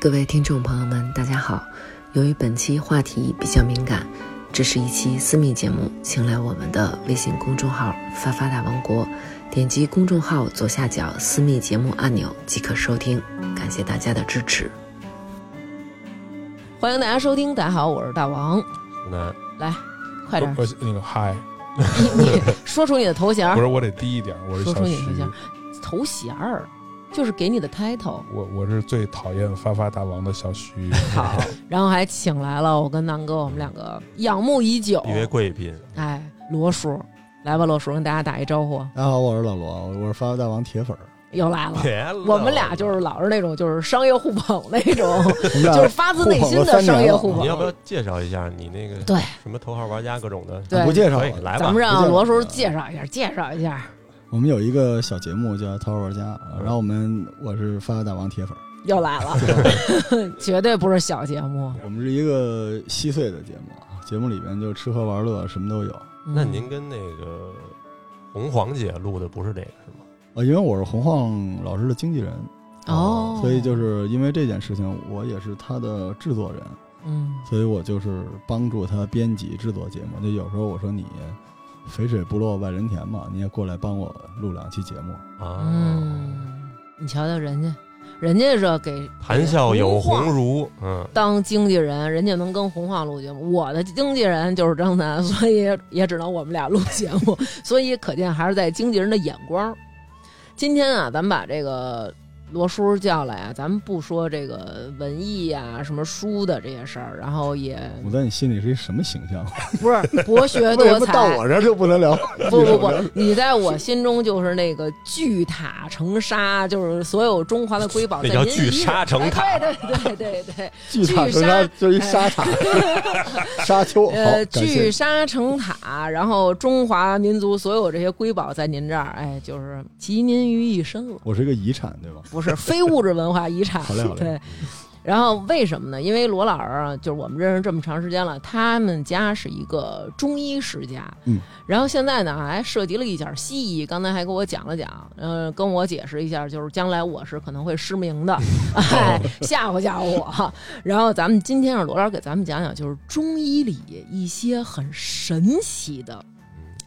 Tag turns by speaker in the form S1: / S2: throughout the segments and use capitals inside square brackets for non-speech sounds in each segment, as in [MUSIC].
S1: 各位听众朋友们，大家好。由于本期话题比较敏感，这是一期私密节目，请来我们的微信公众号“发发大王国”，点击公众号左下角私密节目按钮即可收听。感谢大家的支持。欢迎大家收听，大家好，我是大王，
S2: 那
S1: 来，快点儿，
S3: 我那个嗨，
S1: [LAUGHS] 你你说出你的头衔
S3: 不
S1: 儿，
S3: 是我得低一点，我是
S1: 啊说
S3: 小
S1: 出你的头
S3: 徐
S1: 衔，儿，头衔儿就是给你的 title。
S2: [LAUGHS]
S3: 我我是最讨厌发发大王的
S1: [LAUGHS]
S3: 小徐，
S2: [LAUGHS]
S1: 好，然后还请来了我跟南哥，我们两个仰慕已久，
S2: 一位贵宾，
S1: 哎，罗叔，来吧，罗叔跟大家打一招呼，
S4: 大家好，啊我是老罗，我是发发大王
S2: [LAUGHS]
S4: 铁粉儿。
S1: 又来了。
S2: 别了
S1: 哦我们俩就是老是那种就是商业互捧那种，
S2: [LAUGHS]
S4: 我们俩
S1: 就是发自内心的商业互
S2: 你要不要
S1: 捧。
S2: 介绍一下你那个
S1: 对
S2: 什么头号玩家各种的？
S1: 对
S4: 不介绍
S2: 可以
S4: 了。
S2: 来
S1: 咱
S2: 吧
S1: 们。让
S4: 不介绍
S1: 罗叔
S4: 了
S1: 介绍一下，介绍一下。
S4: 我们有一个小节目叫《淘宝玩家》，啊然后我们我是发发大王铁粉儿，
S1: 又来
S2: [LAUGHS]
S1: 了， [LAUGHS] 绝对不是小节目。
S4: 我们是一个稀碎的节目，啊节目里边就吃喝玩乐什么都有。
S1: 嗯
S2: 那您跟那个红黄姐录的不是这个是吗？
S4: 呃，因为我是洪晃老师的经纪人，
S1: 哦，
S4: 所以就是因为这件事情，我也是他的制作人，
S1: 嗯，
S4: 所以我就是帮助他编辑制作节目。就有时候我说你肥水不落外人田嘛，你也过来帮我录两期节目。
S2: 啊，
S1: 嗯，你瞧瞧人家，人家是给
S2: 谈笑有鸿
S1: 红晃
S2: 儒，嗯，
S1: 当经纪人，人家能跟红晃录节目，我的经纪人就是张楠，所以也只能我们俩录节目，所以可见还是在经纪人的眼光。今天啊，咱们把这个罗叔叫来啊，咱们不说这个文艺啊、什么书的这些事儿，然后也
S4: 我在你心里是一什么形象？
S1: 不是博学呃多才，
S4: 这儿啊 [LAUGHS] 就不能聊？
S2: [LAUGHS]
S1: 不不不，你在我心中就是那个巨塔成沙，就是所有中华的瑰宝。
S2: 那
S1: 在
S2: 叫
S1: 啊您
S2: 聚
S1: 一
S2: 沙
S1: 人
S2: 成塔
S1: 哎对对对对
S2: [LAUGHS]
S1: 对，
S4: 巨塔成沙就是一沙
S1: [LAUGHS]
S4: 塔，沙丘。好，
S1: 呃，
S4: 感谢
S1: 聚。沙成塔，然后中华民族所有这些瑰宝在您这儿，哎，就是集您于一身了，
S4: 我是一个遗产，对吧？
S1: 不是 [LAUGHS] 非物质文化遗产。
S4: 好嘞好嘞
S1: 对。然后为什么呢？因为罗老师啊，就是我们认识这么长时间了，他们家是一个中医世家，
S4: 嗯，
S1: 然后现在呢还涉及了一点西医，刚才还给我讲了讲，嗯、跟我解释一下，就是将来我是可能会失明的，
S4: 嗯
S1: 哎，
S4: 哦
S1: 吓唬吓唬我。然后咱们今天让罗老师给咱们讲讲，就是中医里一些很神奇的、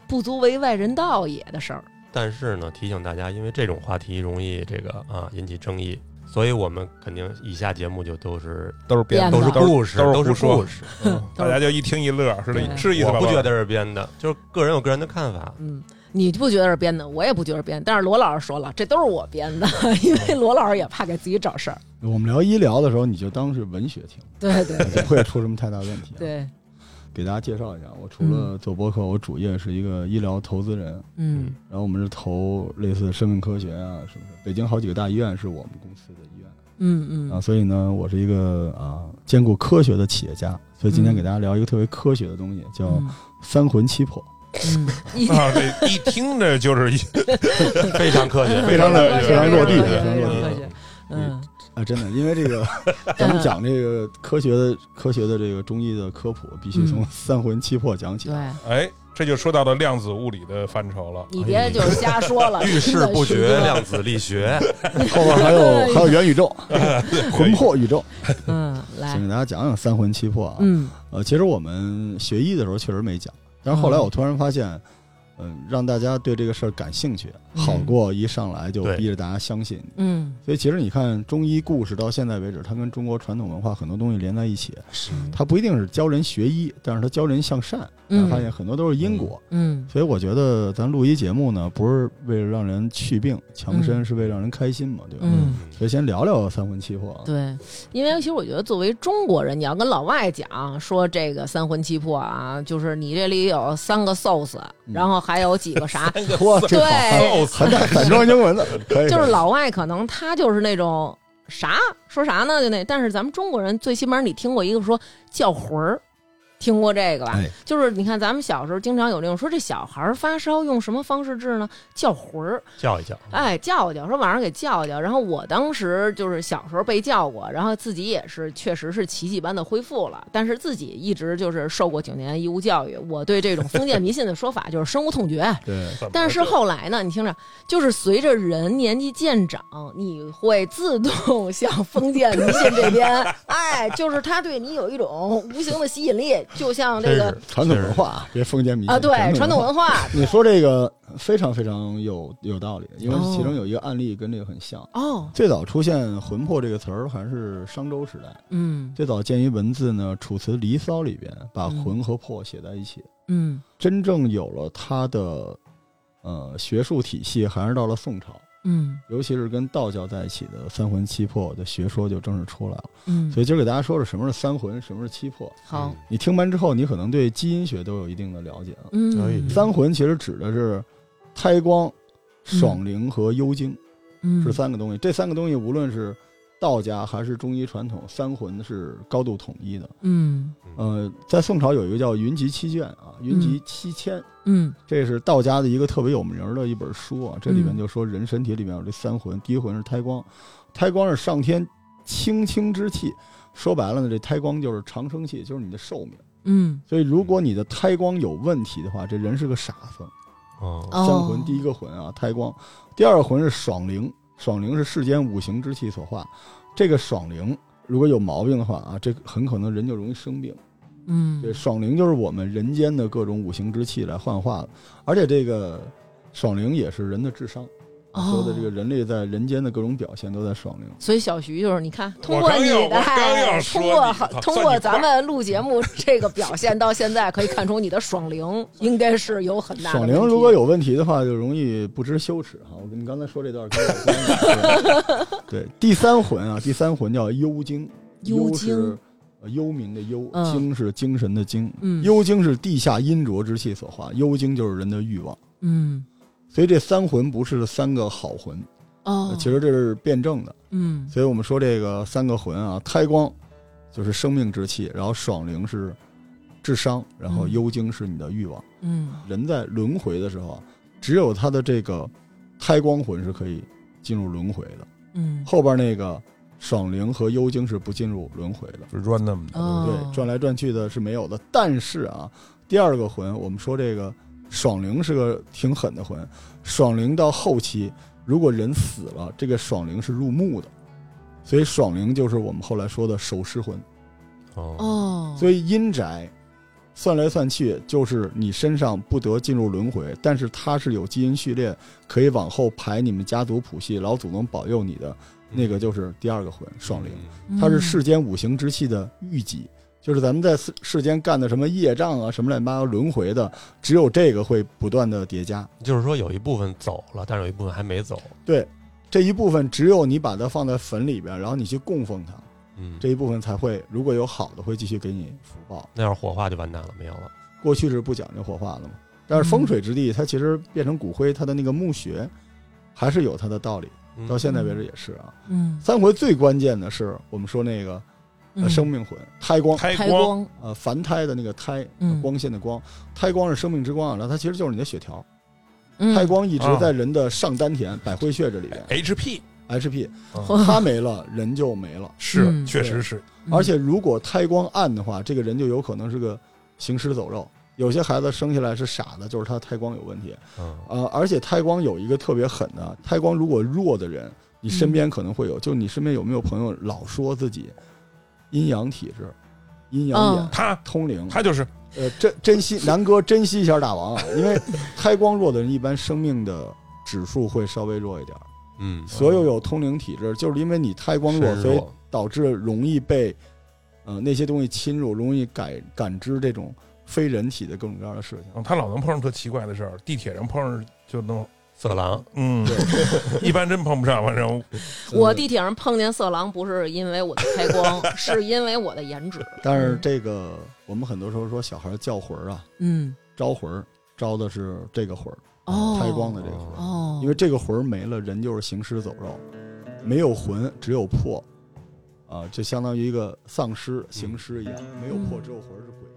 S1: 不足为外人道也的事儿。
S2: 但是呢，提醒大家，因为这种话题容易这个啊引起争议，所以我们肯定以下节目就都是
S3: 都是编
S1: 编的
S3: 的，
S2: 都是
S3: 都
S2: 故事，都
S3: 是
S2: 是
S3: 胡
S2: 故
S3: 说，
S2: 事，
S3: 嗯大家就一听一乐，是
S1: 对
S3: 的，是意思
S2: 我
S3: 吧？
S2: 不觉得是编的，就是个人有个人的看法。
S1: 嗯，你不觉得是编的，我也不觉得是编的。但是罗老师说了，这都是我编的，因为罗老师也怕给自己找事儿。
S4: 我们聊医疗的时候，你就当是文学听，
S1: 对
S4: [LAUGHS]
S1: 对
S4: 不会出什么太大问题。，啊
S1: 对，
S4: 给大家介绍一下，我除了做播客，我主业是一个医疗投资人，
S1: 嗯
S4: 然后我们是投类似生命科学啊什么的。北京好几个大医院是我们公司的医院。
S1: 嗯
S4: 啊，
S1: 嗯
S4: 所以呢，我是一个啊兼顾科学的企业家，所以今天给大家聊一个特别科学的东西，叫
S1: 嗯
S4: 三魂七魄。
S1: 嗯，一
S3: [LAUGHS] 啊，这一听着就是一
S2: 非常科学，
S4: 非常的非常落地
S1: 非
S4: 非
S1: 常
S4: 常
S1: 落
S4: 落
S1: 地
S4: 地
S1: 科学，嗯，
S4: 啊，真的，因为这个
S1: [LAUGHS]
S4: 咱们讲这个科学的科学的这个中医的科普，必须从
S1: 嗯
S4: 三魂七魄讲起。
S1: 对。
S3: 哎，这就说到了量子物理的范畴了。
S1: 你别就是瞎说了，
S2: [LAUGHS] 遇事
S1: 真的
S2: 不
S4: [LAUGHS]
S1: 是
S2: 决，量子力学，
S4: 后边还
S1: [LAUGHS]
S4: 有还有元宇宙、魂魄宇宙，
S1: 嗯，来
S4: 先，给大家讲讲三魂七魄啊。
S1: 嗯
S4: 呃，其实我们学医的时候确实没讲，但是后
S1: 哦
S4: 来我突然发现，嗯、让大家对这个事儿感兴趣，
S1: 嗯
S4: 好过一上来就
S2: 对
S4: 逼着大家相信你。
S1: 嗯，
S4: 所以其实你看中医故事到现在为止，它跟中国传统文化很多东西连在一起。
S1: 是，
S4: 它不一定是教人学医，但是它教人向善。大
S1: 嗯
S4: 家发现很多都是因果。
S1: 嗯
S4: 所以我觉得咱录一节目呢，不是为了让人去病强身，
S1: 嗯
S4: 是为了让人开心嘛，对吧？
S1: 嗯，
S4: 所以先聊聊三魂七
S1: [LAUGHS]
S4: 魄啊。
S1: 对，因为其实我觉得作为中国人，你要跟老外讲说这个三魂七魄啊，就是你这里有三个 sauce，
S4: 嗯，
S1: 然后还有几个啥
S3: 哎
S4: 嚯， [LAUGHS] 这好哎
S1: 对，
S4: 还带反装英文的，可以。
S1: [LAUGHS] 就是老外可能他就是那种啥说啥呢，就那。但是咱们中国人最起码你听过一个说叫魂儿，听过这个吧？
S4: 哎，
S1: 就是你看咱们小时候经常有这种说，这小孩儿发烧用什么方式治呢？叫魂儿。
S2: 叫一叫。
S1: 哎，叫叫，说晚上给叫叫。然后我当时就是小时候被叫过，然后自己也是确实是奇迹般的恢复了，但是自己一直就是受过九年义务教育，我对这种封建迷信的说法就是深恶痛绝。
S4: 对，
S3: 怎么
S1: 但是
S3: 就
S1: 后来呢，你听着，就是随着人年纪渐长，你会自动向封建迷信这边，哎，就是他对你有一种无形的吸引力，就像这
S2: 真
S1: 个
S2: 是
S4: 传统文，化，别封建迷信
S1: 啊，对传统
S4: 化
S1: 文化
S4: 你说这个非常非常有有道理，因为
S1: 哦
S4: 其中有一个案例跟这个很像。
S1: 哦，
S4: 最早出现“魂魄”这个词儿，还是商周时代。
S1: 嗯
S4: 最早见于文字呢，《楚辞·离骚》里边把
S1: 嗯
S4: 魂和魄写在一起。
S1: 嗯
S4: 真正有了它的呃学术体系，还是到了宋朝，
S1: 嗯
S4: 尤其是跟道教在一起的三魂七魄的学说就正式出来了。
S1: 嗯
S4: 所以今儿给大家说说什么是三魂，什么是七魄。
S1: 好，
S2: 嗯
S4: 你听完之后，你可能对基因学都有一定的了解了。
S1: 嗯，
S4: 三魂其实指的是胎光、爽灵和幽精、
S1: 嗯
S4: 是三个东西。这三个东西无论是道家还是中医传统，三魂是高度统一的。
S1: 嗯
S4: 呃，在宋朝有一个叫《云集七卷》啊，《云集七千》
S1: 嗯
S4: 这是道家的一个特别有名儿的一本书啊。这里面
S1: 嗯
S4: 就说人身体里面有这三魂，第一魂是胎光，胎光是上天清清之气。说白了呢，这胎光就是长生气，就是你的寿命。
S1: 嗯，
S4: 所以，如果你的胎光有问题的话，这人是个傻子。
S2: 哦，
S1: 哦
S4: 三魂，第一个魂啊，胎光；第二个魂是爽灵，爽灵是世间五行之气所化。这个爽灵如果有毛病的话啊，这很可能人就容易生病。
S1: 嗯，
S4: 这爽灵就是我们人间的各种五行之气来幻化的，而且这个爽灵也是人的智商。
S1: 哦
S4: 所有的这个人类在人间的各种表现都在爽灵。
S1: 所以小徐就是你看，通
S3: 我
S1: 过
S3: 刚
S1: 你
S3: 要
S1: 的，哎
S3: 我刚要说
S1: 通过
S3: 你操
S1: 通
S3: 算
S1: 过
S3: 你
S1: 咱
S3: 快
S1: 们录节目这个表现到现在，可以看出你的爽灵应该是有很大的
S4: 爽
S1: 问题。
S4: 灵如果有问题的话，就容易不知羞耻哈。我跟你刚才说这段跟我有关系。
S1: [LAUGHS]
S4: 对，对第三魂啊，第三魂叫幽精，
S1: 幽
S4: 是
S1: 精
S4: 呃幽冥的幽，
S1: 嗯
S4: 精是精神的精。
S1: 嗯
S4: 幽精是地下阴浊之气所化，幽精就是人的欲望。
S1: 嗯
S4: 所以这三魂不是三个好魂，呃
S1: 哦，
S4: 其实这是辩证的。
S1: 嗯
S4: 所以我们说这个三个魂啊，胎光就是生命之气，然后爽灵是智商，然后
S1: 嗯
S4: 幽精是你的欲望。
S1: 嗯
S4: 人在轮回的时候啊，只有他的这个胎光魂是可以进入轮回的，
S1: 嗯
S4: 后边那个爽灵和幽精是不进入轮回的。
S3: 是 random 的，
S1: 哦，
S4: 对，转来转去的是没有的。但是啊，第二个魂，我们说这个爽灵是个挺狠的魂。爽灵到后期，如果人死了，这个爽灵是入墓的，所以爽灵就是我们后来说的守尸魂。
S2: 哦，
S1: 哦，
S4: 所
S1: 以
S4: 以阴宅，算来算去就是你身上不得进入轮回，但是它是有基因序列，可以往后排你们家族谱系，老祖宗保佑你的那
S2: 嗯
S4: 个就是第二个魂爽灵。它是世间五行之气的御己，就是咱们在世世间干的什么业障啊，什么乱七八糟轮回的，只有这个会不断的叠加。
S2: 就是说有一部分走了，但是有一部分还没走。
S4: 这一部分只有你把它放在坟里边，然后你去供奉它，
S2: 嗯，
S4: 这一部分才会，如果有好的会继续给你福报。
S2: 那要是火化就完蛋了，没有了。
S4: 过去是不讲究火化的嘛，但是风水之地它其实变成骨灰，它的那个墓穴还是有它的道理，
S2: 嗯
S4: 到现在为止也是啊。
S1: 嗯
S4: 三回最关键的是我们说那个、呃、生命魂胎光，
S3: 开
S1: 开
S3: 光，
S4: 呃凡胎的那个胎，呃
S1: 嗯
S4: 光线的光，胎光是生命之光啊，然后它其实就是你的血条，
S1: 嗯
S4: 胎光一直在人的上丹田、百会穴这里
S1: [LAUGHS]
S4: 边
S3: HP
S4: ，HP
S3: 嗯
S4: 它没了，人就没了。
S3: 是
S1: 哦嗯
S3: 确实是
S4: 而且如果胎光暗的话，这个人就有可能是个行尸走肉。有些孩子生下来是傻的，就是他胎光有问题。
S2: 嗯，
S4: 呃，而且胎光有一个特别狠的，胎光如果弱的人，你
S1: 嗯
S4: 身边可能会有，就你身边有没有朋友老说自己阴阳体质、阴阳眼、
S1: 嗯
S3: 他，
S4: 通灵？
S3: 他就是
S4: 呃，珍珍惜南哥珍惜一下大王啊，因为胎光弱的人一般生命的指数会稍微弱一点儿。
S2: 嗯，
S4: 所有有通灵体质，就是因为你胎光弱，
S2: 身
S4: 所以导致容易被呃那些东西侵入，容易感感知这种非人体的各种各样的事情。
S3: 嗯他老能碰上特奇怪的事儿，地铁上碰上就能，
S2: 色狼，
S3: 嗯， [LAUGHS] 一般真碰不上，反正
S1: [LAUGHS] 我地铁上碰见色狼，不是因为我的开
S4: [LAUGHS]
S1: 光，是因为我的颜值。
S4: 但是这个我们很多时候说小孩叫魂儿啊，
S1: 嗯
S4: 招魂儿招的是这个魂儿，
S1: 哦
S4: 胎光的这个魂儿，
S1: 哦，
S4: 因为这个魂儿没了，人就是行尸走肉，没有魂，只有魄，啊、就相当于一个丧尸、行尸一样，没有魄，只有魂儿是鬼。